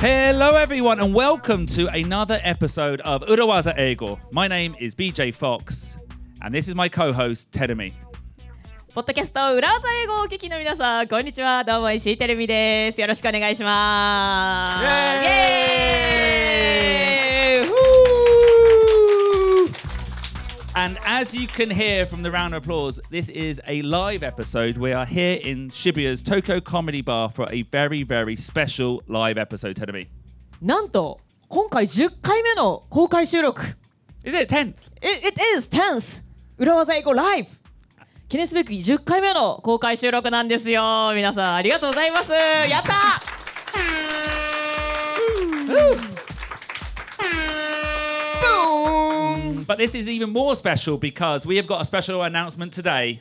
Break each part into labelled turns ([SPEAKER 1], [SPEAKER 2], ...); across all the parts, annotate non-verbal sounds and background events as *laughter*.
[SPEAKER 1] Hello, everyone, and welcome to another episode of Urawaza Ego. My name is BJ Fox, and this is my co host, Terumi.
[SPEAKER 2] ポッドキャスト裏技英語をお聞きの皆さん、こんにちは。どうも石井てるみです。よろしくお願いします。
[SPEAKER 1] イエ
[SPEAKER 2] イエーイふう
[SPEAKER 1] And as you can hear from the round of applause, this is a live episode. We are here in Shibuya's Toko Comedy Bar for a very, very special live episode, Terumi.
[SPEAKER 2] なんと今回10回目の公開収録。
[SPEAKER 1] Is it 10th?
[SPEAKER 2] It, it is tense. 裏技英語ライブ。記念すべき10回目の公開収録なんですよ。皆さんありがとうございます。やっ
[SPEAKER 1] *laughs*
[SPEAKER 2] たー。
[SPEAKER 1] But this is even more special because we have got a special announcement today.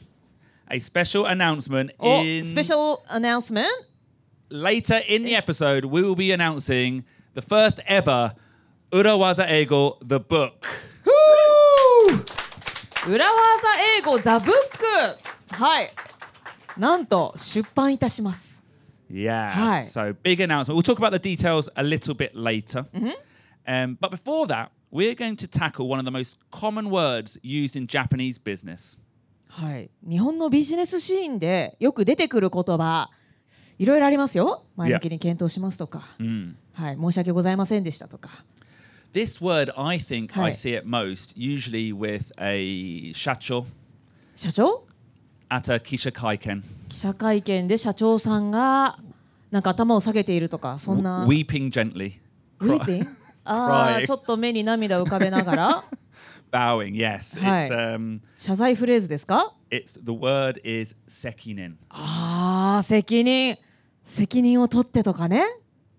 [SPEAKER 1] A special announcement
[SPEAKER 2] お、
[SPEAKER 1] in
[SPEAKER 2] スペシャルアナウンスメント。
[SPEAKER 1] later in the episode, we will be announcing the first ever Urawaza Ego, the book.
[SPEAKER 2] 裏技英語ザブックはいなんと出版いたします
[SPEAKER 1] Yeah.
[SPEAKER 2] Hi.
[SPEAKER 1] So big announcement. We'll talk about the details a little bit later.
[SPEAKER 2] Mm-hmm.
[SPEAKER 1] Um, but before that, we're going to tackle one of the most common words used in Japanese business.
[SPEAKER 2] はい日本のビジネスシーンでよく出てくる言葉いろいろありますよ前向きに検討しますとか、はい申し訳ございませんでしたとか
[SPEAKER 1] This word, I think, I
[SPEAKER 2] Hi.
[SPEAKER 1] see it most usually with a shacho
[SPEAKER 2] 社長
[SPEAKER 1] at a kisha kaiken,
[SPEAKER 2] 記者会見で社長さんがなんか頭を下げているとかそ
[SPEAKER 1] w-
[SPEAKER 2] んな
[SPEAKER 1] weeping gently,
[SPEAKER 2] Weeping？あ *laughs* あ
[SPEAKER 1] Crying
[SPEAKER 2] ちょっと目に涙を浮かべなが *laughs* ら
[SPEAKER 1] bowing. Yes,
[SPEAKER 2] Hi.
[SPEAKER 1] it's um,
[SPEAKER 2] 謝罪フレーズですか
[SPEAKER 1] it's the word is sekinin.
[SPEAKER 2] ああ責任責任を取ってとかね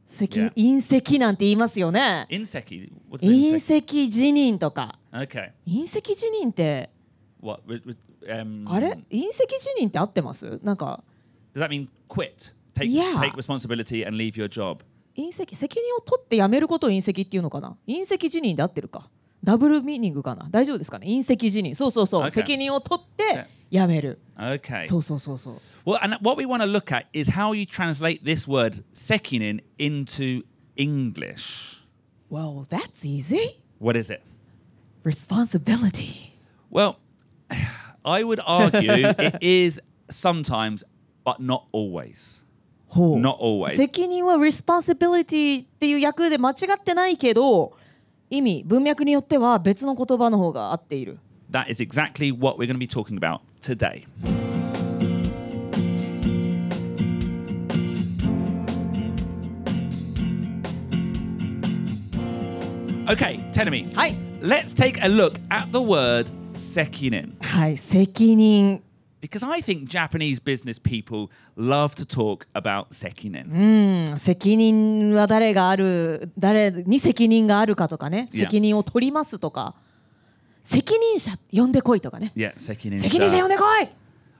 [SPEAKER 2] 責
[SPEAKER 1] Yeah.
[SPEAKER 2] 隕石なんて言いますよね
[SPEAKER 1] Inseki. What's
[SPEAKER 2] 隕
[SPEAKER 1] inseki?
[SPEAKER 2] 石辞任とか
[SPEAKER 1] Okay.
[SPEAKER 2] 隕石辞任って
[SPEAKER 1] What? with- with, um,
[SPEAKER 2] あれ隕石辞任って合ってますなんか
[SPEAKER 1] Does that mean quit? Take
[SPEAKER 2] Yeah.
[SPEAKER 1] take responsibility and leave your job.
[SPEAKER 2] 隕石責任を取ってやめることを隕石っていうのかな隕石辞任で合ってるかダブルミーニングかな大丈夫ですかね隕石辞任そうそうそう、
[SPEAKER 1] Okay.
[SPEAKER 2] 責任を取ってやめる、
[SPEAKER 1] Okay.
[SPEAKER 2] そうそうそうそう
[SPEAKER 1] well, and what we want to look at is how you translate this word sekinin into English.
[SPEAKER 2] Well that's easy
[SPEAKER 1] What is it?
[SPEAKER 2] responsibility
[SPEAKER 1] Well, *sighs* I would argue it is sometimes, but not always.
[SPEAKER 2] ほう
[SPEAKER 1] Not always.
[SPEAKER 2] 責任は responsibility っていう役で間違ってないけど意味文脈によっては別の言葉の方が合っている
[SPEAKER 1] That is exactly what we're going to be talking about today. Okay, Tenemi,
[SPEAKER 2] はい
[SPEAKER 1] let's take a look at the word sekinin
[SPEAKER 2] はい責任
[SPEAKER 1] because I think Japanese business people love to talk about sekinin.
[SPEAKER 2] うん責任は誰がある誰に責任があるかとかね
[SPEAKER 1] Yeah.
[SPEAKER 2] 責任を取りますとか責任者呼んでこいとかね
[SPEAKER 1] Yeah, sekinin.
[SPEAKER 2] 責任者呼んでこい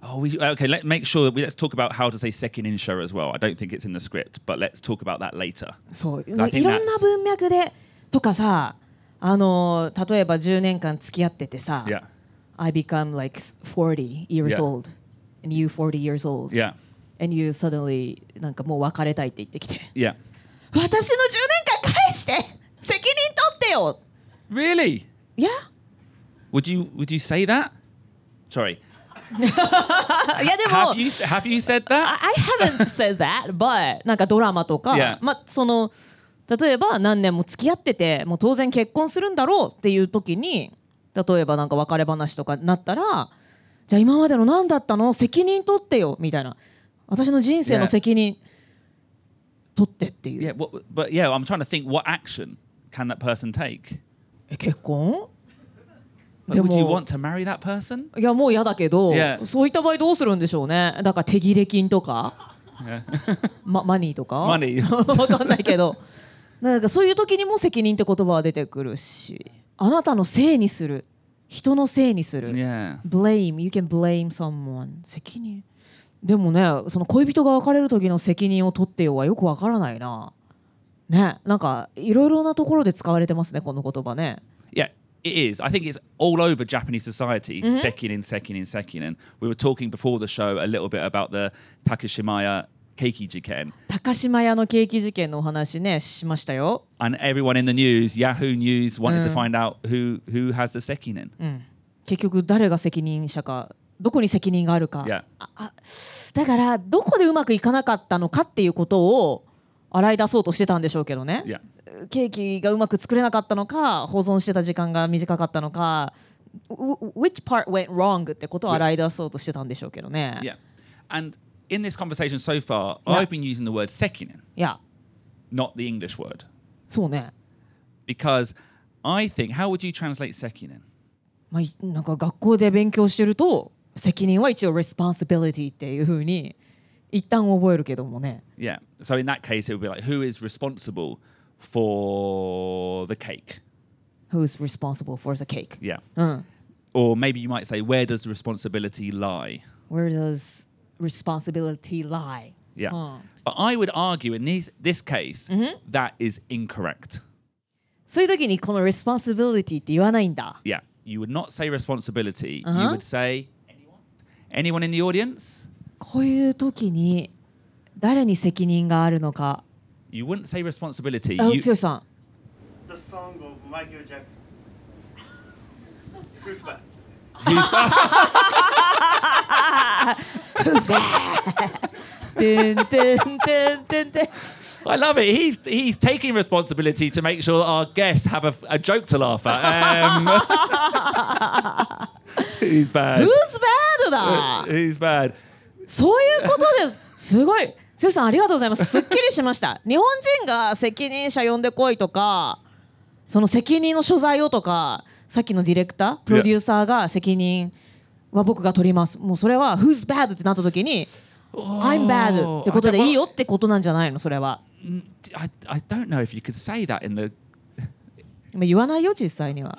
[SPEAKER 1] Oh, we, okay. Let make sure that we let's talk about how to say sekinin show as well. I don't think it's in the script, but let's talk about that later.
[SPEAKER 2] そうい
[SPEAKER 1] I
[SPEAKER 2] ろ
[SPEAKER 1] think
[SPEAKER 2] ん
[SPEAKER 1] that's-
[SPEAKER 2] な文脈でとかさあの例えば10年間付き合っててさ、
[SPEAKER 1] Yeah,
[SPEAKER 2] I become like 40 years
[SPEAKER 1] Yeah.
[SPEAKER 2] old and you 40 years old
[SPEAKER 1] yeah,
[SPEAKER 2] and you suddenly なんかもう別れたいって言ってき *laughs* て
[SPEAKER 1] yeah.
[SPEAKER 2] 私の10年間返して責任取ってよ
[SPEAKER 1] Really?
[SPEAKER 2] いや
[SPEAKER 1] Would you would you say that? Sorry.
[SPEAKER 2] いやで
[SPEAKER 1] Have
[SPEAKER 2] も
[SPEAKER 1] you have you said that?
[SPEAKER 2] Oh. *laughs* I haven't said that but なんかドラマとか、
[SPEAKER 1] Yeah.
[SPEAKER 2] まあその例えば何年も付き合っててもう当然結婚するんだろうっていう時に例えばなんか別れ話とかになったらじゃあ今までの何だったの責任取ってよみたいな私の人生の責任取ってっていう、
[SPEAKER 1] Yeah. What, but yeah, I'm trying to think. What action can that person take?
[SPEAKER 2] え結婚
[SPEAKER 1] Like, would you
[SPEAKER 2] でも-
[SPEAKER 1] want to marry that person?
[SPEAKER 2] いやもう嫌だけど、
[SPEAKER 1] Yeah.
[SPEAKER 2] そういった場合どうするんでしょうねだから手切れ金とか、ま、マニーとか
[SPEAKER 1] マニー
[SPEAKER 2] *laughs* わかんないけどなんかそういう時にも責任って言葉は出てくるしあなたのせいにする人のせいにする、
[SPEAKER 1] Yeah.
[SPEAKER 2] blame you can blame someone 責任でもねその恋人が別れる時の責任を取ってよはよくわからないなねなんかいろいろなところで使われてますねこの言葉ね
[SPEAKER 1] Yeah. It is. I think it's all over Japanese society.
[SPEAKER 2] Mm-hmm.
[SPEAKER 1] Sekinin, sekinin, sekinin. We were talking before the show a little bit about the Takashimaya keiki jiken.
[SPEAKER 2] 高島屋のケーキ事件のお話ねしましたよ
[SPEAKER 1] And everyone in the news, Yahoo News, wanted to
[SPEAKER 2] Mm.
[SPEAKER 1] find out who who has the sekinen.
[SPEAKER 2] うん、結局誰が責任者かどこに責任があるか、
[SPEAKER 1] Yeah.
[SPEAKER 2] ああだからどこでうまくいかなかったのかっていうことを洗い出そうとしてたんでしょうけどね、
[SPEAKER 1] Yeah.
[SPEAKER 2] ケーキがうまく作れなかったのか保存してた時間が短かったのかう which part went wrong ってことを洗い出そうとしてたんでしょうけどね、
[SPEAKER 1] Yeah. And in this conversation so far,
[SPEAKER 2] Yeah.
[SPEAKER 1] I've been using the word sekinen,
[SPEAKER 2] いや
[SPEAKER 1] not the English word,
[SPEAKER 2] そうね
[SPEAKER 1] because I think how would you translate sekinen?
[SPEAKER 2] まあ、いなんか学校で勉強してると責任は一応 responsibility っていうふうに一旦覚えるけどもね
[SPEAKER 1] Yeah. So in that case, it would be like who is responsible for the cake?
[SPEAKER 2] Who's responsible for the cake?
[SPEAKER 1] Yeah.
[SPEAKER 2] うん。
[SPEAKER 1] Or maybe you might say where does the responsibility lie?
[SPEAKER 2] Where does responsibility lie?
[SPEAKER 1] Yeah.
[SPEAKER 2] うん
[SPEAKER 1] But I would argue in this, this case
[SPEAKER 2] Mm-hmm.
[SPEAKER 1] that is incorrect.
[SPEAKER 2] そういう時にこの responsibility って言わないんだ。
[SPEAKER 1] Yeah. You would not say responsibility. You
[SPEAKER 2] Uh-huh.
[SPEAKER 1] would say anyone. Anyone in the audience?
[SPEAKER 2] こういう時に誰に責任があるのか。
[SPEAKER 1] You wouldn't say responsibility.
[SPEAKER 2] あ、
[SPEAKER 1] you, *laughs*
[SPEAKER 2] 剛さん。
[SPEAKER 3] the song of Michael Jackson. Who's
[SPEAKER 1] *laughs*
[SPEAKER 2] *laughs*
[SPEAKER 3] back?
[SPEAKER 2] Who's bad? *laughs* てんてんてんてんてん。
[SPEAKER 1] I love it. He's he's taking responsibility to make sure our guests have a, a joke to laugh at. Um, *laughs* he's bad.
[SPEAKER 2] Who's bad だ
[SPEAKER 1] He's bad.
[SPEAKER 2] そういうことです。すごい。剛さんありがとうございます。すっきりしました。 *laughs* 日本人が責任者呼んでこいとか、その責任の所在をとか、さっきのディレクター、プロデューサーが責任は僕が取ります。もうそれは Who's bad ってなった時に、I'm bad ってことでいいよってことなんじゃないのそれは。
[SPEAKER 1] I, I don't know if you could say that in the
[SPEAKER 2] まあ言わないよ実際には。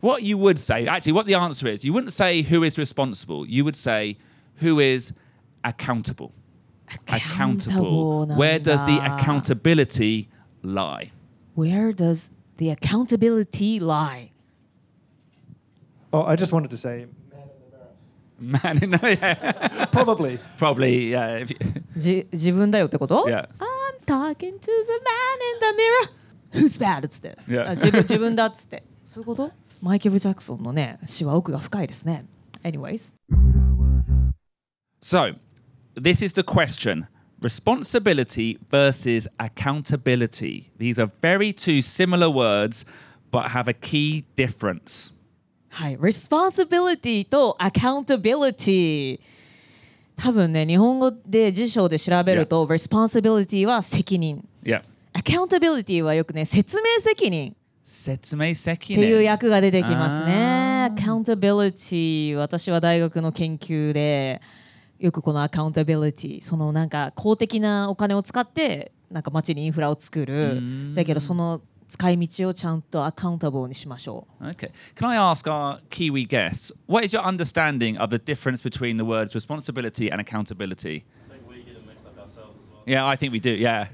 [SPEAKER 1] what you would say. Actually, what the answer is, you wouldn't say who is responsible. You would say who is accountable.
[SPEAKER 2] Accountable なんだ
[SPEAKER 1] Where does the accountability lie? *laughs*
[SPEAKER 2] Where does the accountability lie?
[SPEAKER 4] Oh, I just wanted to say, man in
[SPEAKER 1] Man, no,
[SPEAKER 4] the mirror.
[SPEAKER 1] yeah,
[SPEAKER 4] Probably.
[SPEAKER 1] probably. Yeah, if you,
[SPEAKER 2] じ自分だよってこと
[SPEAKER 1] Yeah.
[SPEAKER 2] ?I'm talking to the man in the mirror who's bad っつって、
[SPEAKER 1] Yeah.
[SPEAKER 2] あ自分自分だっつってそういうことマイケル・ジャクソンのね詩は奥が深いですね Anyways
[SPEAKER 1] So, this is the question responsibility versus accountability. These are very two similar words, but have a key difference.
[SPEAKER 2] はい Responsibility と Accountability 多分ね日本語で辞書で調べると、Responsibility は責任
[SPEAKER 1] Yeah.
[SPEAKER 2] Accountability はよくね説明責任
[SPEAKER 1] Setsume
[SPEAKER 2] っていう
[SPEAKER 1] sekine.
[SPEAKER 2] 役が出てきます
[SPEAKER 1] あ
[SPEAKER 2] ね
[SPEAKER 1] ー。
[SPEAKER 2] accountability 私は大学の研究でよくこの accountability そのなんか公的なお金を使ってなんか街にインフラを作
[SPEAKER 1] う
[SPEAKER 2] る
[SPEAKER 1] ん
[SPEAKER 2] だけどその使い道をちゃんと accountable にしましょ
[SPEAKER 1] Okay. Can I ask our Kiwi guests, what is your understanding of the difference between the words responsibility and accountability?
[SPEAKER 3] I think we get it mixed up ourselves as well.
[SPEAKER 1] Yeah, I think we do. Yeah.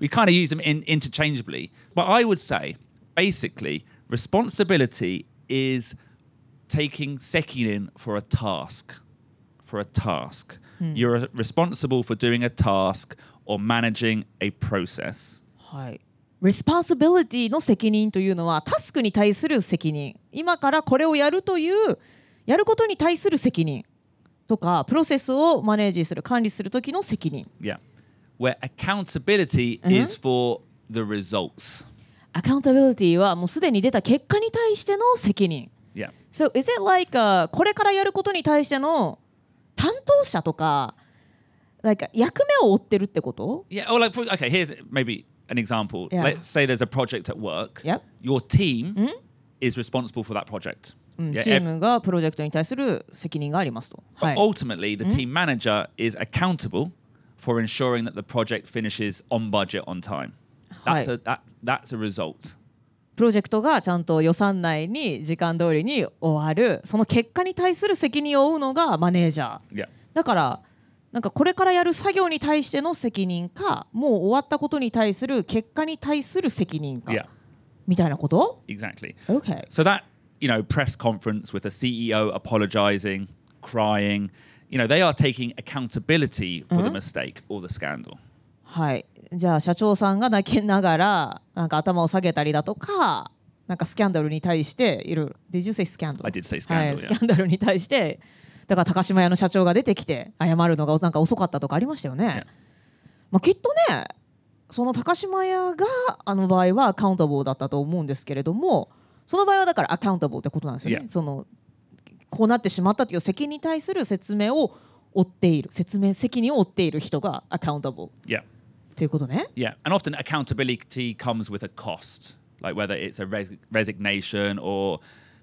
[SPEAKER 1] We kind of use them in, interchangeably. But I would say, basically, responsibility is taking sekinin for a task. For a task. You're responsible for doing a task or managing a process.
[SPEAKER 2] う。はい responsibility の責任というのはタスクに対する責任今からこれをやるというやることに対する責任とかプロセスをマネージする管理する時の責任
[SPEAKER 1] Yeah. Where accountability is for the results.
[SPEAKER 2] アカウンタビリティはもうすでに出た結果に対しての責任。
[SPEAKER 1] Yeah.
[SPEAKER 2] So is it like、uh, これからやることに対しての担当者とか、like, 役目を負ってるってこと
[SPEAKER 1] Yeah. Or like, for, okay, here's maybe an example.
[SPEAKER 2] Yeah.
[SPEAKER 1] Let's say there's a project at work.
[SPEAKER 2] Yep.
[SPEAKER 1] Your team is responsible for that project.
[SPEAKER 2] うん
[SPEAKER 1] Yeah,
[SPEAKER 2] チームがプロジェクトに対する責任がありますと。
[SPEAKER 1] But
[SPEAKER 2] はい、
[SPEAKER 1] ultimately, the team manager is accountable for ensuring that the project finishes on budget on time. That's
[SPEAKER 2] Hi.
[SPEAKER 1] a that, that's a result.
[SPEAKER 2] プロジェクトがちゃんと予算内に時間通りに終わるその結果に対する責任を負うのがマネージャー。
[SPEAKER 1] Yeah.
[SPEAKER 2] だからなんかこれからやる作業に対しての責任かもう終わったことに対する結果に対する責任か
[SPEAKER 1] Yeah.
[SPEAKER 2] みたいなこと
[SPEAKER 1] Exactly.
[SPEAKER 2] Okay.
[SPEAKER 1] So that you know, press conference with a CEO apologizing, E crying, you know, they are taking accountability for the
[SPEAKER 2] Mhm.
[SPEAKER 1] mistake or the scandal.
[SPEAKER 2] はい、じゃあ社長さんが泣きながらなんか頭を下げたりだとかなんかスキャンダルに対していろいろ「Did you say scandal?」
[SPEAKER 1] I did say
[SPEAKER 2] は
[SPEAKER 1] scandal.
[SPEAKER 2] い、ス
[SPEAKER 1] yeah.
[SPEAKER 2] キャンダルに対してだから高島屋の社長が出てきて謝るのがなんか遅かったとかありましたよね。
[SPEAKER 1] Yeah.
[SPEAKER 2] まあ、きっとねその高島屋があの場合はアカウンタブルだったと思うんですけれどもその場合はだからアカウンタブルってことなんですよね。
[SPEAKER 1] Yeah.
[SPEAKER 2] そのこうなってしまったという責任に対する説明を負っている説明責任を負っている人がアカウンタブル
[SPEAKER 1] yeah.
[SPEAKER 2] ということね。
[SPEAKER 1] Yeah, and often accountability comes with a cost, like whether it's a res- resignation or,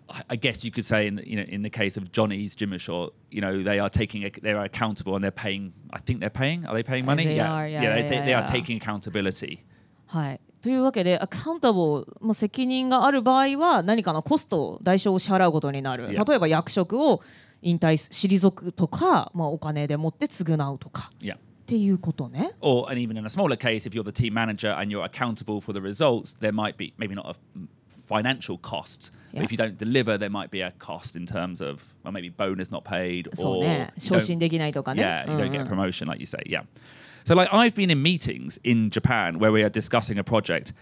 [SPEAKER 1] I- I guess you could say, in the, you know, in the case of Johnny's Gymshaw, you know, they are taking, ac- they are accountable and they're paying. I think they're paying. Are they paying money?
[SPEAKER 2] They are, yeah,
[SPEAKER 1] they, they,
[SPEAKER 2] yeah,
[SPEAKER 1] they
[SPEAKER 2] yeah.
[SPEAKER 1] are taking accountability.
[SPEAKER 2] はい、というわけでアカウンタブル、まあ、責任がある場合は何かのコストを代償を支払うことになる
[SPEAKER 1] Yeah.
[SPEAKER 2] 例えば役職を引退す退くとか、まあ、お金でもって償うとか
[SPEAKER 1] Yeah.
[SPEAKER 2] っていうことね
[SPEAKER 1] Or and even in a smaller case, if you're the team manager and you're accountable for the results, there might be maybe not a mm, financial cost.
[SPEAKER 2] Yeah.
[SPEAKER 1] But if you don't deliver, there might be a cost in terms of well, maybe bonus not paid
[SPEAKER 2] そう
[SPEAKER 1] or
[SPEAKER 2] ね
[SPEAKER 1] you
[SPEAKER 2] 昇
[SPEAKER 1] don't-
[SPEAKER 2] 進できないとかね
[SPEAKER 1] Yeah, you
[SPEAKER 2] うんう
[SPEAKER 1] don't get
[SPEAKER 2] ん
[SPEAKER 1] promotion, like you say. Yeah. So, like, I've been in meetings in Japan where we are discussing a project,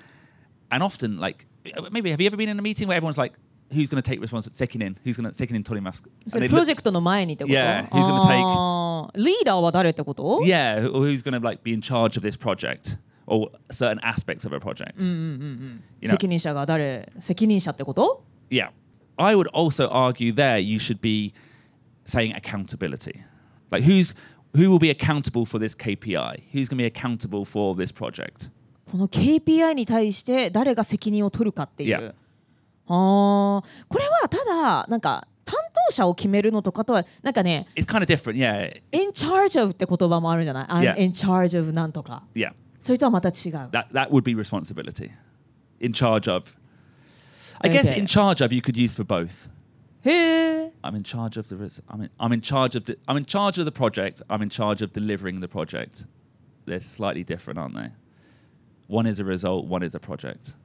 [SPEAKER 1] and often, like, maybe have you ever been in a meeting where everyone's like, "Who's going to take responsibility? Sekin in? Who's going to Sekin in Torimasu?"
[SPEAKER 2] そ
[SPEAKER 1] And
[SPEAKER 2] れ
[SPEAKER 1] they
[SPEAKER 2] プロ
[SPEAKER 1] look-
[SPEAKER 2] ジェクトの前にってこと
[SPEAKER 1] Yeah, who's gonna take-
[SPEAKER 2] あーリーダーは誰ってこと、
[SPEAKER 1] yeah, who- or who's going to like be in charge of this project or certain aspects of a project? いな
[SPEAKER 2] 責任者が誰責任者ってこと
[SPEAKER 1] Yeah, I would also argue there you should be saying accountability, like who's who will be accountable for this KPI? Who's going to be accountable for this project?
[SPEAKER 2] この KPI に対して誰が責任を取るかっていう。
[SPEAKER 1] Yeah.
[SPEAKER 2] あーこれはただなんか担当者を決めるのとかとはなんかね
[SPEAKER 1] It's kind of different. Yeah,
[SPEAKER 2] 「in charge of」って言葉もあるんじゃない ?I'm
[SPEAKER 1] Yeah.
[SPEAKER 2] in charge of なんとか
[SPEAKER 1] yeah.
[SPEAKER 2] それとはまた違う。
[SPEAKER 1] that that would be responsibility in charge of i guess
[SPEAKER 2] Okay.
[SPEAKER 1] in charge of you could use for both
[SPEAKER 2] へえ
[SPEAKER 1] i'm in charge of the res- i'm in, i'm in charge of the i'm in charge of the project i'm in charge of delivering the project they're slightly different aren't they one is a result one is a project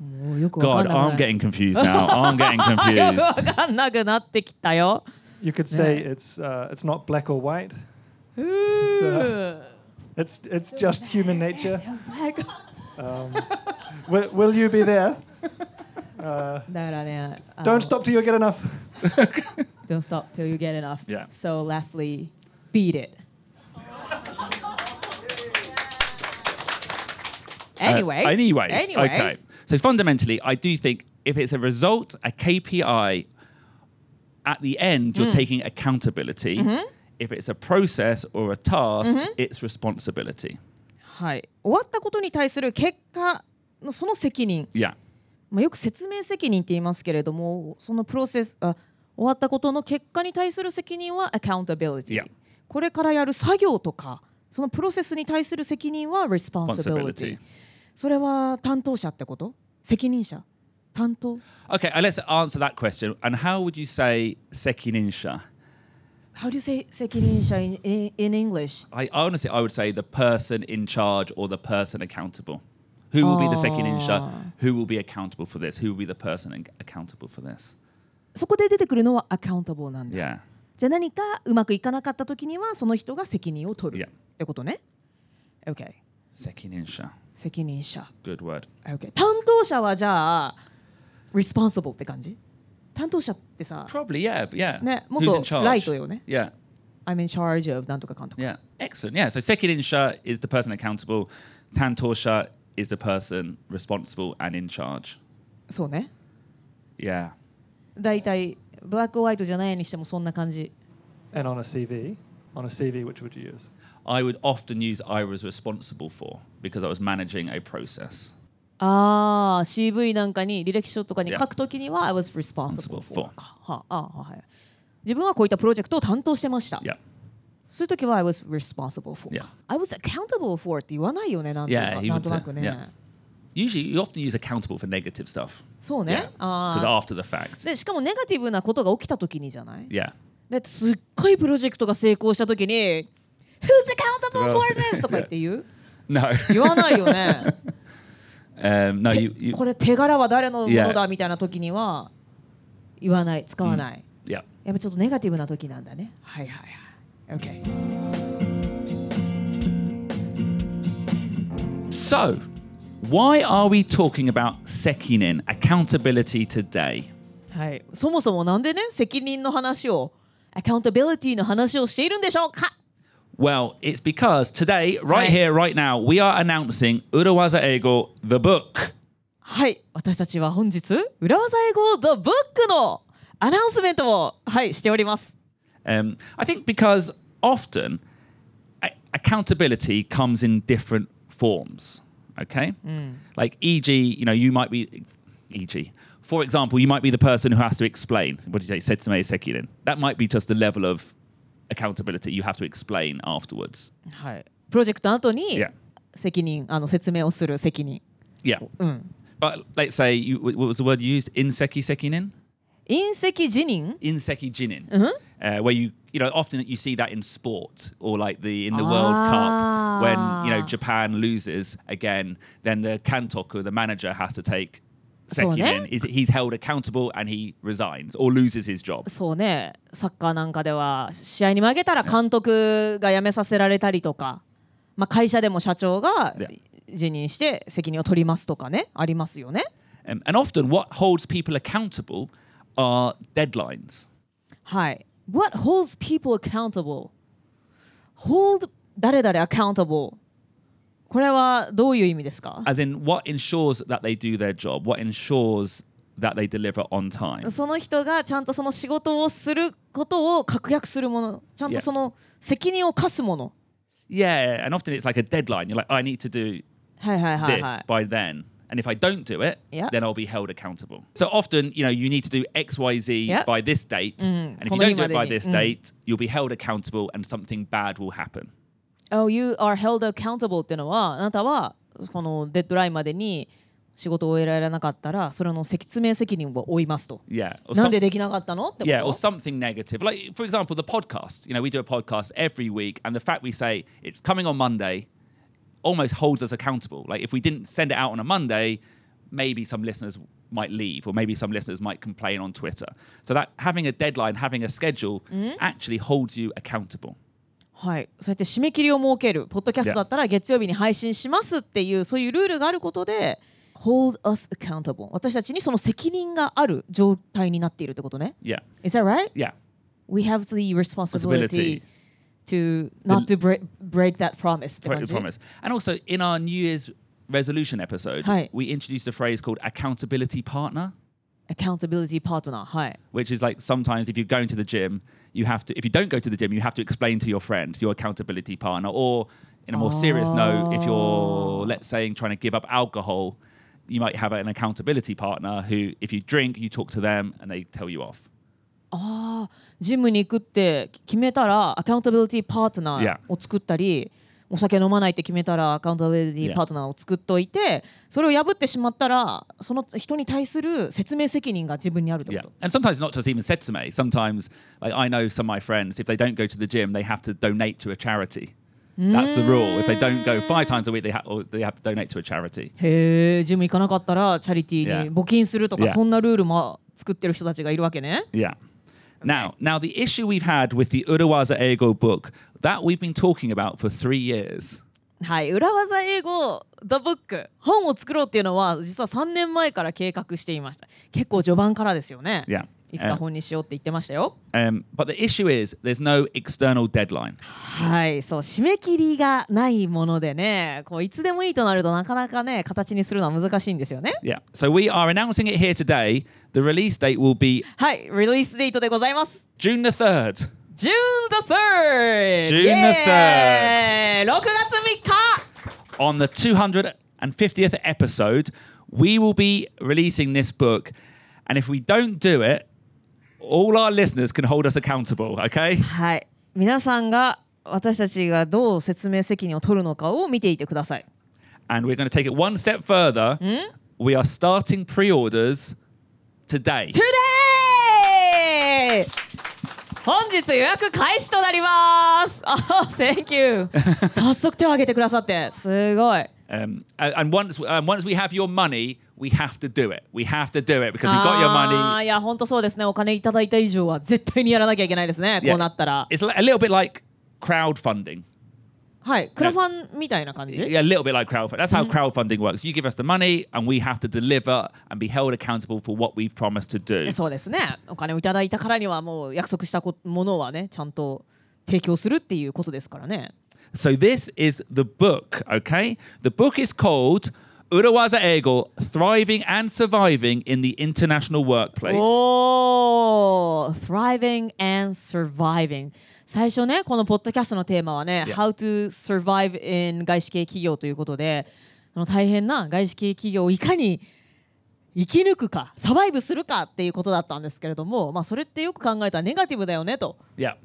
[SPEAKER 2] もうよくわ
[SPEAKER 1] god
[SPEAKER 2] かん
[SPEAKER 1] i'm
[SPEAKER 2] なくな
[SPEAKER 1] getting
[SPEAKER 2] る
[SPEAKER 1] confused now i'm
[SPEAKER 2] *laughs*
[SPEAKER 1] getting
[SPEAKER 2] よくわ
[SPEAKER 1] confused Uh,
[SPEAKER 2] かんなくなってきたよ。
[SPEAKER 4] You could say it's uh, it's not black or white.
[SPEAKER 2] うー
[SPEAKER 4] It's it's just human nature.
[SPEAKER 2] 早く
[SPEAKER 4] Um, will, will you be there? Uh,
[SPEAKER 2] だからね。あの
[SPEAKER 4] don't stop till you get enough.
[SPEAKER 2] Don't stop till you get enough.
[SPEAKER 1] Yeah.
[SPEAKER 2] So lastly, beat it. Anyways.
[SPEAKER 1] Uh, anyways,
[SPEAKER 2] anyways.
[SPEAKER 1] okay. So fundamentally, I do think if it's a result, a KPI, at the end,
[SPEAKER 2] Mm.
[SPEAKER 1] you're taking accountability.
[SPEAKER 2] Mm-hmm.
[SPEAKER 1] If it's a process or a task, it's responsibility.
[SPEAKER 2] はい。終わったことに対する結果のその責任。
[SPEAKER 1] Yeah.
[SPEAKER 2] まあ、よく説明責任って言いますけれども、そのプロセスあ終わったことの結果に対する責任は accountability。
[SPEAKER 1] Yeah.
[SPEAKER 2] これからやる作業とか、そのプロセスに対する責任は responsibility
[SPEAKER 1] Responsibility.。
[SPEAKER 2] それは担当者ってこと？責任者？担当
[SPEAKER 1] Okay, uh, let's answer that question. And how would you say sekininsha?
[SPEAKER 2] How do you say 責任者 in, in, in English?
[SPEAKER 1] I honestly, I would say the person in charge or the person accountable. Who will be the sekininsha?
[SPEAKER 2] Ah.
[SPEAKER 1] Who will be accountable for this? Who will be the person ac- accountable for this?
[SPEAKER 2] そこで出てくるのは accountable なんだ。
[SPEAKER 1] Yeah.
[SPEAKER 2] じゃあ何かうまくいかなかった時にはその人が責任を取る
[SPEAKER 1] Yeah.
[SPEAKER 2] ってことね。OK。
[SPEAKER 1] Sekininsha.
[SPEAKER 2] 責任者。
[SPEAKER 1] Good word.
[SPEAKER 2] OK。担当者はじゃあ responsible って感じ担当者ってさ、
[SPEAKER 1] Probably, yeah, yeah.
[SPEAKER 2] ね、もっ
[SPEAKER 1] Who's in
[SPEAKER 2] と
[SPEAKER 1] charge?
[SPEAKER 2] ライトよね。
[SPEAKER 1] Yeah,
[SPEAKER 2] I'm in charge of なんとかかんとか。
[SPEAKER 1] yeah. Excellent. Yeah. So sekidinsha is the person accountable. Tantorsha is the person responsible and in charge.
[SPEAKER 2] そうね。
[SPEAKER 1] Yeah.
[SPEAKER 2] 大体ブラックホワイトじゃないにしてもそんな感じ。
[SPEAKER 4] And on a CV, on a CV, which would you use?
[SPEAKER 1] I would often use I was responsible for because I was managing a process.
[SPEAKER 2] ああ、CV なんかに履歴書とかに
[SPEAKER 1] Yeah.
[SPEAKER 2] 書くときには、I was
[SPEAKER 1] Responsible
[SPEAKER 2] responsible for
[SPEAKER 1] for
[SPEAKER 2] か。はあ、あはい。自分はこういったプロジェクトを担当してました。
[SPEAKER 1] Yeah.
[SPEAKER 2] そういうときは、I was responsible for
[SPEAKER 1] Yeah.
[SPEAKER 2] か。I was accountable for って言わないよね、なんと
[SPEAKER 1] Yeah,
[SPEAKER 2] か
[SPEAKER 1] he would
[SPEAKER 2] なんとなくね。
[SPEAKER 1] say- yeah. Usually, you often use accountable for negative stuff.
[SPEAKER 2] そう
[SPEAKER 1] Yeah.
[SPEAKER 2] ね。
[SPEAKER 1] Because
[SPEAKER 2] ああ
[SPEAKER 1] after the fact.
[SPEAKER 2] でしかもネガティブなことが起きたときにじゃない
[SPEAKER 1] Yeah.
[SPEAKER 2] ですっごいプロジェクトが成功したときに、Who's accountable for this? とか言って言う
[SPEAKER 1] No.
[SPEAKER 2] 言わないよね。
[SPEAKER 1] *laughs* um, no, you. you
[SPEAKER 2] これ手柄は誰のものだ
[SPEAKER 1] Yeah.
[SPEAKER 2] みたいな時には言わない使わない、
[SPEAKER 1] Yeah.
[SPEAKER 2] やっぱちょっとネガティブな時なんだねはいはいはい OK
[SPEAKER 1] So, why are we talking about sekinin, accountability today?
[SPEAKER 2] はい、そもそもなんでね責任の話をアカウンタビリティの話をしているんでしょうか
[SPEAKER 1] Well, it's because today, right
[SPEAKER 2] Right.
[SPEAKER 1] here, right now, we are announcing Urawaza Ego, the book.
[SPEAKER 2] はい私たちは本日裏技英語 The Book のアナウンスメントをはいしております
[SPEAKER 1] Um, I think because often a- accountability comes in different forms. Okay, like e.g., you know, you might be, e.g., for example, you might be the person who has to explain. What did you say? Setsume sekiden. That might be just the level of accountability you have to explain afterwards.
[SPEAKER 2] はいプロジェクトの後に
[SPEAKER 1] Yeah.
[SPEAKER 2] 責任あの説明をする責任
[SPEAKER 1] Yeah,
[SPEAKER 2] うん。
[SPEAKER 1] but let's say you, what was the word you used? Inseki sekinen.
[SPEAKER 2] 隕石辞任
[SPEAKER 1] Inseki jinin.
[SPEAKER 2] Uh-huh.
[SPEAKER 1] Uh, where you you know often you see that in sport or like the in the World Cup when you know
[SPEAKER 2] Ah.
[SPEAKER 1] Japan loses again, then the kantoku, the manager, has to take
[SPEAKER 2] So
[SPEAKER 1] sekinen.
[SPEAKER 2] then-
[SPEAKER 1] Is he's held accountable and he resigns or loses his job.
[SPEAKER 2] そうねサッカーなんかでは試合に負けたら監督が辞めさせられたりとか、まあ、会社でも社長が
[SPEAKER 1] Yeah.
[SPEAKER 2] 辞任して責任を取りますとかねありますよね
[SPEAKER 1] Um, and often what holds people accountable are deadlines.
[SPEAKER 2] はい。What holds people accountable? Hold 誰々 accountable? これはどういう意味ですか
[SPEAKER 1] As in what ensures that they do their job, what ensures that they deliver on time.
[SPEAKER 2] その人がちゃんとその仕事をすることを確約するもの、ちゃん
[SPEAKER 1] Yeah.
[SPEAKER 2] とその責任を課すもの。
[SPEAKER 1] Yeah, and often it's like a deadline. You're like, I need to do
[SPEAKER 2] はいはいはい
[SPEAKER 1] this
[SPEAKER 2] はい。
[SPEAKER 1] by then. And if I don't do it,
[SPEAKER 2] Uh-huh. Yeah.
[SPEAKER 1] then I'll be held accountable. So often, you know, you need to do X, Y, Z
[SPEAKER 2] Yeah.
[SPEAKER 1] by this date.
[SPEAKER 2] Mm,
[SPEAKER 1] And if you
[SPEAKER 2] from
[SPEAKER 1] don't do
[SPEAKER 2] here
[SPEAKER 1] it by
[SPEAKER 2] by
[SPEAKER 1] this
[SPEAKER 2] the- mm.
[SPEAKER 1] date, you'll be held accountable and something bad will happen.
[SPEAKER 2] Oh, you are held accountable っていうのは、あなたはこのデッドラインまでに仕事を終えられなかったら、それの説明責任を負いますと。
[SPEAKER 1] Yeah. Or
[SPEAKER 2] なん
[SPEAKER 1] some-
[SPEAKER 2] でできなかったのってこと
[SPEAKER 1] yeah, or something negative. Like, for example, the podcast. You know, we do a podcast every week, and the fact we say it's coming on Monday almost holds us accountable. Like, if we didn't send it out on a Monday, maybe some listeners might leave, or maybe some listeners might complain on Twitter. So, that having a deadline, having a schedule actually holds you accountable.
[SPEAKER 2] はい、そうやって締め切りを設ける、ポッドキャストだったら月曜日に配信しますっていう、そういうルールがあることで、hold us accountable。私たちにその責任がある状態になっているってことね。
[SPEAKER 1] Yeah.
[SPEAKER 2] Is that right?
[SPEAKER 1] Yeah.
[SPEAKER 2] We have the responsibility
[SPEAKER 1] Responsibility.
[SPEAKER 2] to not to break, break that promise って感
[SPEAKER 1] Pro-
[SPEAKER 2] じ。
[SPEAKER 1] promise. And also, in our New Year's resolution episode,
[SPEAKER 2] Hi.
[SPEAKER 1] we introduced a phrase called accountability partner.
[SPEAKER 2] Accountability partner。はい。
[SPEAKER 1] which is like sometimes if you're going to the gym, you have to, if you don't go to the gym, you have to explain to your friend, your accountability partner, or in a more serious note, if you're, let's say, trying to give up alcohol, you might have an accountability partner who, if you drink, you talk to them and they tell you off.
[SPEAKER 2] ああ、ジムに行くって決めたら、アカウンタビリティパートナ
[SPEAKER 1] Yeah.
[SPEAKER 2] ーを作ったり、お酒飲まないって決めたら、アカウンタビリテ
[SPEAKER 1] Yeah.
[SPEAKER 2] ィパートナーを作っといて、それを破ってしまったら、その人に対する説明責任が自分にあるって
[SPEAKER 1] Yeah.
[SPEAKER 2] こと。
[SPEAKER 1] And sometimes not just even setsume. Sometimes, like I know some of my friends, if they don't go to the gym, they have to donate to a charity. That's the rule. If they don't go five times a week, they, ha- or they have to donate to a charity.
[SPEAKER 2] へえ、ジム行かなかったら、チャリティー
[SPEAKER 1] Yeah.
[SPEAKER 2] に募金するとか、
[SPEAKER 1] Yeah.
[SPEAKER 2] そんなルールも作ってる人たちがいるわけね。
[SPEAKER 1] Yeah. Now, now the issue we've had with the Urawaza Ego book that we've been talking about for three years.
[SPEAKER 2] はい、裏技英語 The Book 本を作ろうっていうのは実は3年前から計画していました結構序盤からですよね
[SPEAKER 1] Yeah.
[SPEAKER 2] いつか本にしようって言ってましたよ
[SPEAKER 1] Um, but the issue is there's no external deadline.
[SPEAKER 2] はいそう締め切りがないものでねこういつでもいいとなるとなかなかね形にするのは難しいんですよね
[SPEAKER 1] Yeah. So we are announcing it here today. The release date will be
[SPEAKER 2] はいリリースデートでございます
[SPEAKER 1] June the 3rd.
[SPEAKER 2] June the
[SPEAKER 1] June
[SPEAKER 2] 3rd!
[SPEAKER 1] the
[SPEAKER 2] イエーイ !6 月
[SPEAKER 1] on the 250th episode, we will be releasing this book. And if we don't do it, all our listeners can hold us accountable, okay?
[SPEAKER 2] 3日はい皆さんが私たちがどう説明責任を取るのかを見ていてください
[SPEAKER 1] And we're going to take it one step further. We are starting pre orders today.
[SPEAKER 2] today 本日予約開始となりますあ、oh, thank you 早速手を挙げてくださってすごい
[SPEAKER 1] Um, and, and once and once we have your money, we have to do it. We have to do it because we've got your
[SPEAKER 2] あー
[SPEAKER 1] money.
[SPEAKER 2] いや、本当そうですね。お金いただいた以上は絶対にやらなきゃいけないですね。
[SPEAKER 1] Yeah.
[SPEAKER 2] こうなったら。
[SPEAKER 1] It's li- a little bit like crowdfunding.
[SPEAKER 2] はい。クラファンみたいな感じ
[SPEAKER 1] Yeah, a little bit like crowdfunding. That's how crowdfunding works. You give us the money, and we have to deliver and be held accountable for what we've promised to do.
[SPEAKER 2] そうですね。お金をいただいたからにはもう約束したこものはね、ちゃんと提供するっていうことですからね。
[SPEAKER 1] So this is the book, okay? The book is called Urawaza Egel, Thriving and Surviving in the International Workplace.
[SPEAKER 2] Oh. おー Thriving and Surviving 最初ねこのポッドキャストのテーマはね
[SPEAKER 1] Yeah.
[SPEAKER 2] How to survive in 外資系企業ということでその大変な外資系企業をいかに生き抜くかサバイブするかっていうことだったんですけれどもまあそれってよく考えたらネガティブだよねと
[SPEAKER 1] Yeah.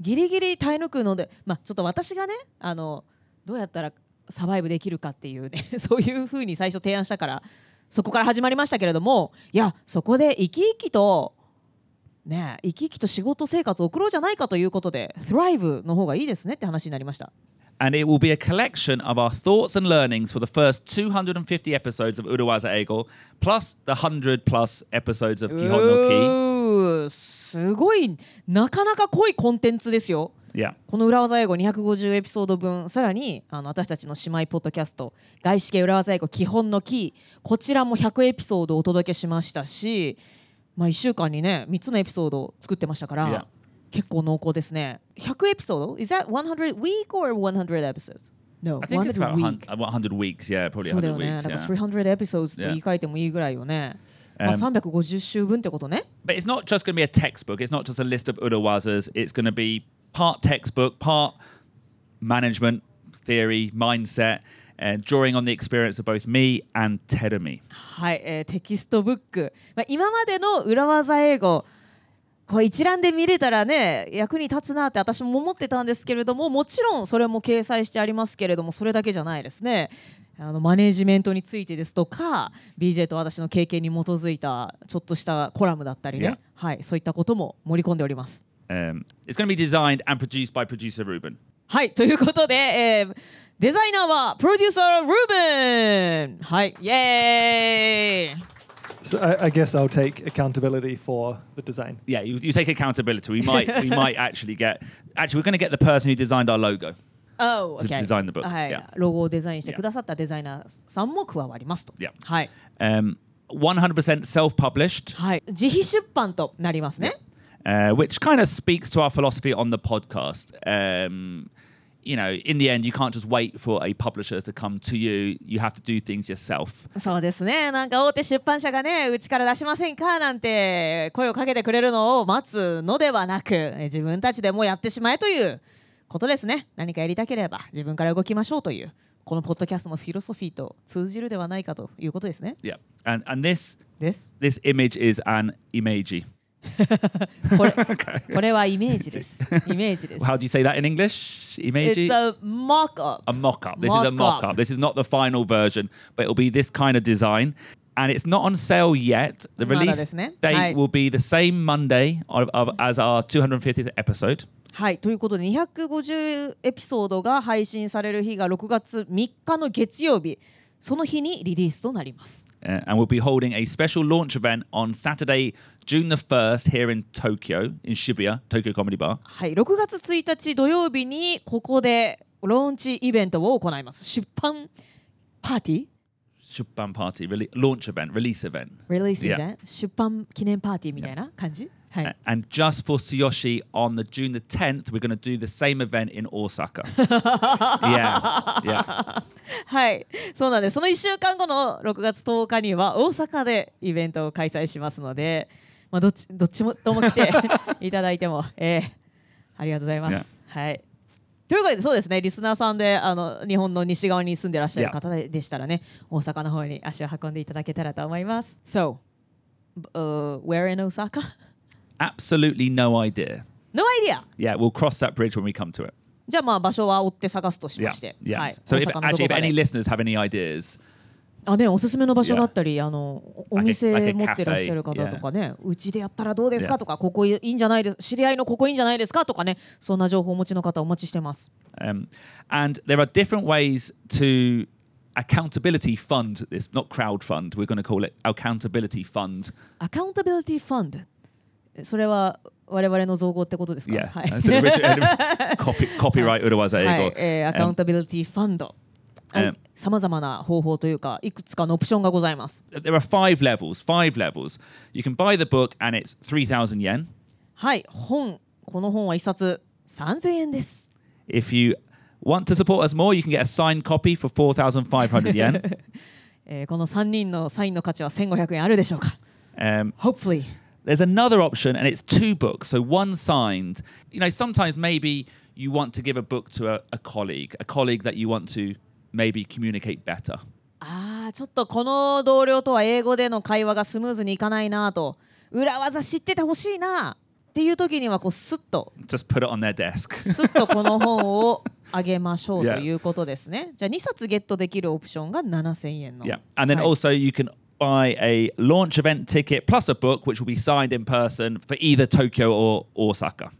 [SPEAKER 2] ギリギリ耐え抜くのでまあちょっと私がねあのどうやったらサバイブできるかっていうね *laughs* そういうふうに最初提案したからそこから始まりましたけれどもいやそこで生き生きとね生き生きと仕事生活を送ろうじゃないかということで Thrive の方がいいですねって話になりました。
[SPEAKER 1] And it will be a collection of our thoughts and learnings for the first 250 episodes of Urawaza Egel, plus the 100 plus episodes of Kihon no
[SPEAKER 2] うーすごいなかなか濃いコンテンツですよ。
[SPEAKER 1] Ki. Yeah.
[SPEAKER 2] この裏技英語250エピソード分さらにあの私たちの姉妹ポッドキャスト「外資系裏技英語基本のキー」こちらも100エピソードをお届けしましたし、まあ、1週間にね3つのエピソードを作ってましたから、
[SPEAKER 1] Yeah.
[SPEAKER 2] 結構濃厚ですね100エピソード Is that 100 week or 100 episodes? No,
[SPEAKER 1] I think it's about
[SPEAKER 2] 100
[SPEAKER 1] 100, uh, 100 weeks. Yeah, probably
[SPEAKER 2] そうだよ
[SPEAKER 1] 100
[SPEAKER 2] ね、
[SPEAKER 1] weeks.
[SPEAKER 2] だから
[SPEAKER 1] yeah.
[SPEAKER 2] 300 episodes って言い換えてもいいぐらいよね、まあ、350週分ってことね
[SPEAKER 1] But it's not just going to be a textbook. It's not just a list of urawazas. It's going to be part textbook, part management theory, mindset, and drawing on the experience of both me and Terumi.
[SPEAKER 2] はい、えーテキストブック、まあ、今までの裏技英語こう一覧で見れたらね役に立つなって私も思ってたんですけれどももちろんそれも掲載してありますけれどもそれだけじゃないですねあのマネージメントについてですとか BJ と私の経験に基づいたちょっとしたコラムだったりね
[SPEAKER 1] Yeah.
[SPEAKER 2] はい、そういったことも盛り込んでおります。
[SPEAKER 1] Um, it's going to be designed and produced by producer Ruben.
[SPEAKER 2] はい、ということで、えーデザイナーはプロデューサーのルーベンはい、イエーイ
[SPEAKER 4] So I, I guess I'll take accountability for the design.
[SPEAKER 1] Yeah, you, you take accountability. We might
[SPEAKER 2] *laughs*
[SPEAKER 1] we might actually get actually we're going to get the person who designed our logo.
[SPEAKER 2] Oh,
[SPEAKER 1] To
[SPEAKER 2] okay.
[SPEAKER 1] design the book.
[SPEAKER 2] はい
[SPEAKER 1] Yeah.
[SPEAKER 2] ロゴをデザインしてくださったデザイナーさんも加わりますと。
[SPEAKER 1] Yeah.
[SPEAKER 2] はい、
[SPEAKER 1] Um, 100% self-published,
[SPEAKER 2] はい、自費出版となりますね。
[SPEAKER 1] uh, which kind of speaks to our philosophy on the podcast. Um, you know, in the end, you can't just wait for a publisher to come to you. You have to do things yourself.
[SPEAKER 2] そうですね。なんか大手出版社がね、うちから出しませんかなんて声をかけてくれるのを待つのではなく、え自分たちでもうやってしまえということですね。何かやりたければ自分から動きましょうという。このポッドキャストのフィロソフィーと通じるではないかということですね。
[SPEAKER 1] Yeah, and and this *laughs*
[SPEAKER 2] です。 *laughs*
[SPEAKER 1] this image is an emoji.
[SPEAKER 2] これこれはイメージです。イメージです。
[SPEAKER 1] How do you say that in English? Emoji.
[SPEAKER 2] It's a mock-up.
[SPEAKER 1] a mock-up. This is a
[SPEAKER 2] Mock-up.
[SPEAKER 1] mock-up. This is not the final version, but it'll be this kind of design. And it's not on sale yet. The
[SPEAKER 2] まだ
[SPEAKER 1] release
[SPEAKER 2] ですね。はい。
[SPEAKER 1] date will be the same Monday of, of, as our 250th episode.
[SPEAKER 2] はいということで250エピソードが配信される日が6月3日の月曜日その日にリリースとなります。
[SPEAKER 1] Uh, and we'll be holding a special launch event on Saturday, June the 1st, here in Tokyo, in Shibuya, Tokyo Comedy Bar.
[SPEAKER 2] はい6月1日土曜日にここでローンチイベントを行います。出版パーティー
[SPEAKER 1] Shubban party, rele- launch event, release event.
[SPEAKER 2] リリースイベン
[SPEAKER 1] Yeah.
[SPEAKER 2] ト出版記念パーティーみたいな感じ、は
[SPEAKER 1] A-
[SPEAKER 2] い、
[SPEAKER 1] And just for Tsuyoshi on the June the 10th, we're going to do the same event in Osaka. yeah, yeah.
[SPEAKER 2] はい、そうなんです。その1週間後の6月10日には大阪でイベントを開催しますので、まあ、どっちどっちもとも来
[SPEAKER 1] *laughs*
[SPEAKER 2] ていただいても、えーありがとうございます。はいということでそうですねリスナーさんであの日本の西側に住んでらっしゃる
[SPEAKER 1] Yeah.
[SPEAKER 2] 方ででしたらね大阪の方に足を運んでいただけたらと思います。So, uh, where in Osaka? *laughs*
[SPEAKER 1] Absolutely no idea.
[SPEAKER 2] No idea!
[SPEAKER 1] Yeah, we'll cross that bridge when we come to it.
[SPEAKER 2] じゃあまあ場所は追って探すとし
[SPEAKER 1] Yeah.
[SPEAKER 2] まして、
[SPEAKER 1] yeah.
[SPEAKER 2] はい、
[SPEAKER 1] So
[SPEAKER 2] 大
[SPEAKER 1] if,
[SPEAKER 2] 阪のど
[SPEAKER 1] actually,
[SPEAKER 2] こ
[SPEAKER 1] if
[SPEAKER 2] か
[SPEAKER 1] any
[SPEAKER 2] で
[SPEAKER 1] listeners have any ideas,
[SPEAKER 2] あね、おすすめの場所だったり、あのおお
[SPEAKER 1] Like a-
[SPEAKER 2] 店
[SPEAKER 1] like a
[SPEAKER 2] 持ってらっしゃる方とかね、うちでやったらどうです
[SPEAKER 1] Yeah.
[SPEAKER 2] かとか、ここいいんじゃないです知り合いのここいいんじゃないですかとかね、そんな情報をお持ちの方お待ちしてます。
[SPEAKER 1] um, and there are different ways to accountability fund this, not crowd fund. We're going to call it accountability fund.
[SPEAKER 2] アカウンタビリティファンドそれは我々の造語ってことですか
[SPEAKER 1] Yeah,
[SPEAKER 2] はい
[SPEAKER 1] that's an
[SPEAKER 2] *laughs*
[SPEAKER 1] origi- copy, copyright
[SPEAKER 2] はいえーアカウン
[SPEAKER 1] Uruwaza
[SPEAKER 2] タビリティファンド
[SPEAKER 1] うん
[SPEAKER 2] さまざまな方法というかいくつかのオプションがございます。
[SPEAKER 1] There are five levels. Five levels. You can buy the book, and it's three thousand yen.
[SPEAKER 2] はい本この本は一冊3000円です。
[SPEAKER 1] If you want to support us more, you can get a signed copy for four thousand five hundred yen.
[SPEAKER 2] えーこの3人のサインの価値は1500円あるでしょうか
[SPEAKER 1] Um,
[SPEAKER 2] ?Hopefully!
[SPEAKER 1] There's another option, and it's two books, so one signed. You know, sometimes maybe you want to give a book to a, a colleague, a colleague that you want to maybe communicate better.
[SPEAKER 2] ああちょっとこの同僚とは英語での会話がスムーズにいかないなと裏技知っててほしいなっていう時にはこうスッと
[SPEAKER 1] Just put it on their desk.
[SPEAKER 2] スッとこの本をあげましょう
[SPEAKER 1] Yeah.
[SPEAKER 2] ということですね。じゃあ2冊ゲットできるオプションが7000円
[SPEAKER 1] *laughs*
[SPEAKER 2] の。
[SPEAKER 1] yeah, and then
[SPEAKER 2] はい
[SPEAKER 1] also you can buy a launch event ticket plus a book, which will be signed in person for either Tokyo or Osaka.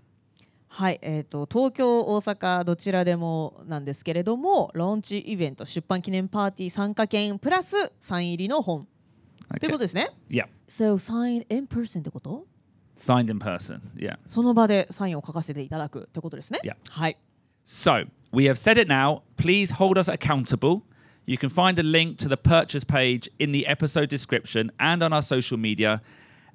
[SPEAKER 2] はい、えー、と東京、大阪どちらでもなんですけれどもローンチイベント出版記念パーティー参加券プラスサイン入りの本ということですね。
[SPEAKER 1] Yeah,
[SPEAKER 2] So sign in person ってこと
[SPEAKER 1] signed in person. Yeah.
[SPEAKER 2] その場でサインを書かせていただくってことですね。
[SPEAKER 1] Yeah.
[SPEAKER 2] はい。
[SPEAKER 1] So we have said it now. Please hold us accountable. You can find a link to the purchase page in the episode description and on our social media.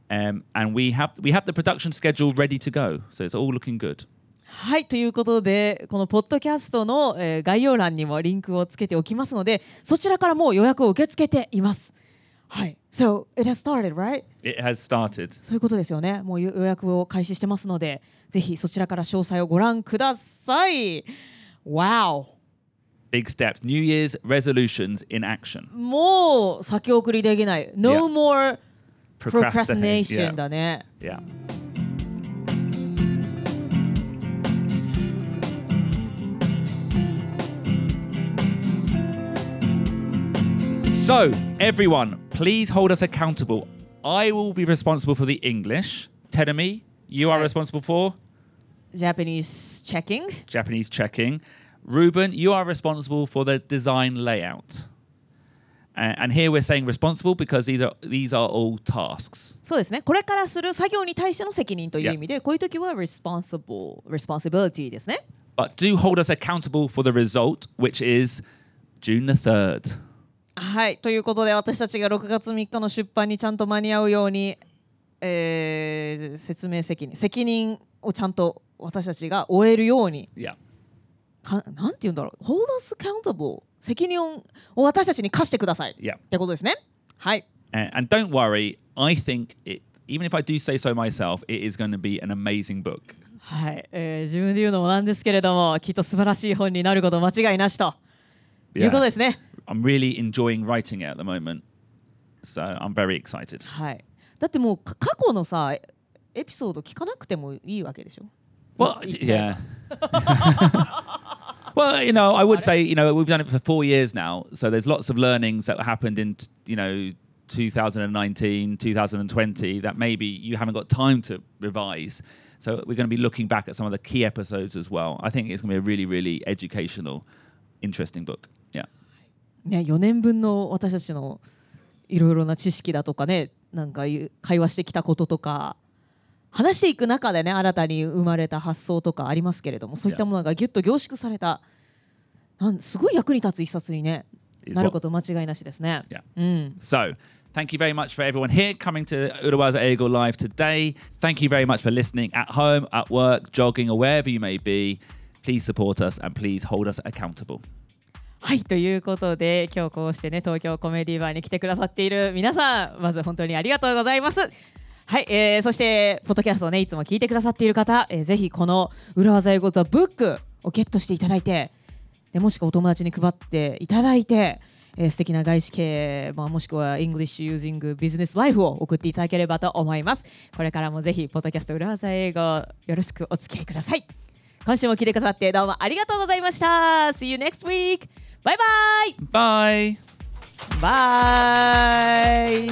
[SPEAKER 1] Um, and we have we have the production schedule ready to go, so it's all looking good.
[SPEAKER 2] はいということでこのポッドキャストの、えー概要欄にもリンクをつけておきますのでそちらからもう予約を受け付けています。はい。So it has started, right?
[SPEAKER 1] It has started.
[SPEAKER 2] そういうことですよね。もう予予約を開始してますので、ぜひそちらから詳細をご覧ください。Wow!
[SPEAKER 1] Big steps. New Year's resolutions in action.
[SPEAKER 2] もう先送りできない。No
[SPEAKER 1] Yeah.
[SPEAKER 2] more
[SPEAKER 1] Procrastinate.
[SPEAKER 2] procrastination
[SPEAKER 1] Yeah.
[SPEAKER 2] だね。
[SPEAKER 1] yeah. So, everyone, please hold us accountable. I will be responsible for the English. Tenami, you are responsible for
[SPEAKER 2] Japanese checking.
[SPEAKER 1] Japanese checking. Ruben, you are responsible for the design layout. A- and here we're saying responsible because these are these are all tasks.
[SPEAKER 2] そうですね。これからする作業に対しての責任という
[SPEAKER 1] Yeah.
[SPEAKER 2] 意味で、こういう時は responsible、responsibility ですね。
[SPEAKER 1] But do hold us accountable for the result, which is June the 3rd.
[SPEAKER 2] はい。ということで、私たちが6月3日の出版にちゃんと間に合うように、えー説明責任、責任をちゃんと私たちが終えるように
[SPEAKER 1] Yeah.
[SPEAKER 2] かなんて言うんだろう Hold us accountable 責任を私たちに課してくださいっ
[SPEAKER 1] Yeah.
[SPEAKER 2] てことですねはい、
[SPEAKER 1] And, and don't worry, I think it, even if I do say so myself, it is going to be an amazing book.
[SPEAKER 2] はいえー自分で言うのもなんですけれどもきっと素晴らしい本になること間違いなしということですね
[SPEAKER 1] I'm really enjoying writing it at the moment. So I'm very excited.
[SPEAKER 2] はいだってもうか過去のさエエピソード聞かなくてもいいわけでしょ
[SPEAKER 1] Well,
[SPEAKER 2] Eat
[SPEAKER 1] yeah. *laughs* well, you know, I would say, you know, we've done it for four years now. So there's lots of learnings that happened in, t- you know, 2019, 2020 that maybe you haven't got time to revise. So we're going to be looking back at some of the key episodes as well. I think it's going to be a really, really educational, interesting book. Yeah.
[SPEAKER 2] ね4年分の私たちのいろいろな知識だとかねなんかいう会話してきたこととか話していく中でね新たに生まれた発想とかありますけれどもそういったものがギュッと凝縮されたなんすごい役に立つ一冊に、ね、
[SPEAKER 1] Is
[SPEAKER 2] なる
[SPEAKER 1] what-
[SPEAKER 2] こと間違いなしですね。
[SPEAKER 1] Yeah.
[SPEAKER 2] うん、
[SPEAKER 1] So, thank you very much for everyone here coming to Urawaza Eagle Live today. Thank you very much for listening at home, at work, jogging, or wherever you may be. Please support us and please hold us accountable.
[SPEAKER 2] はいということで今日こうしてね東京コメディバーに来てくださっている皆さんまず本当にありがとうございます。はい、えーそしてポッドキャストをねいつも聞いてくださっている方、えーぜひこの「裏技英語ザブックをゲットしていただいてでもしくはお友達に配っていただいて、えー素敵な外資系、まあ、もしくは English Using Business Life を送っていただければと思いますこれからもぜひポッドキャスト裏技英語よろしくお付き合いください今週も聞いてくださってどうもありがとうございました See you next week! バイバ
[SPEAKER 1] Bye.
[SPEAKER 2] イバイ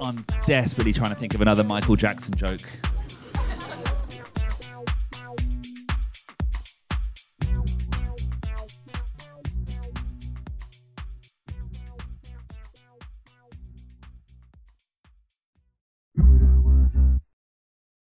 [SPEAKER 1] I'm desperately trying to think of another Michael Jackson joke.